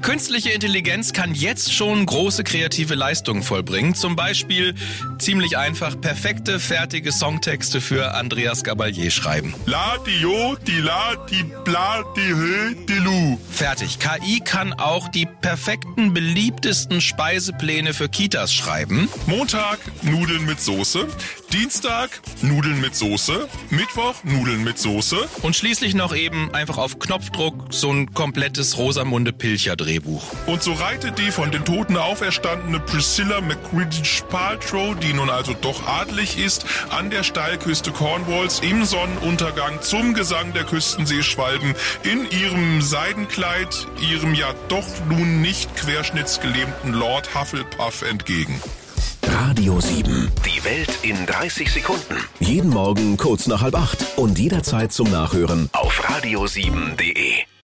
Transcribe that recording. Künstliche Intelligenz kann jetzt schon große kreative Leistungen vollbringen. Zum Beispiel ziemlich einfach perfekte, fertige Songtexte für Andreas Gabalier schreiben. La, die, jo, die, la, die, bla, die, hö, die, lu. Fertig. KI kann auch die perfekten, beliebtesten Speisepläne für Kitas schreiben. Montag Nudeln mit Soße. Dienstag Nudeln mit Soße. Mittwoch Nudeln mit Soße. Und schließlich noch eben einfach auf Knopfdruck so ein komplettes Rosamunde Pilcher Drehbuch. Und so reitet die von den Toten auferstandene Priscilla McRiddich Paltrow, die nun also doch adlig ist, an der Steilküste Cornwalls im Sonnenuntergang zum Gesang der Küstenseeschwalben in ihrem Seidenkleid ihrem ja doch nun nicht querschnittsgelähmten Lord Hufflepuff entgegen. Radio 7. Die Welt in 30 Sekunden. Jeden Morgen kurz nach halb acht und jederzeit zum Nachhören Auf radio7.de.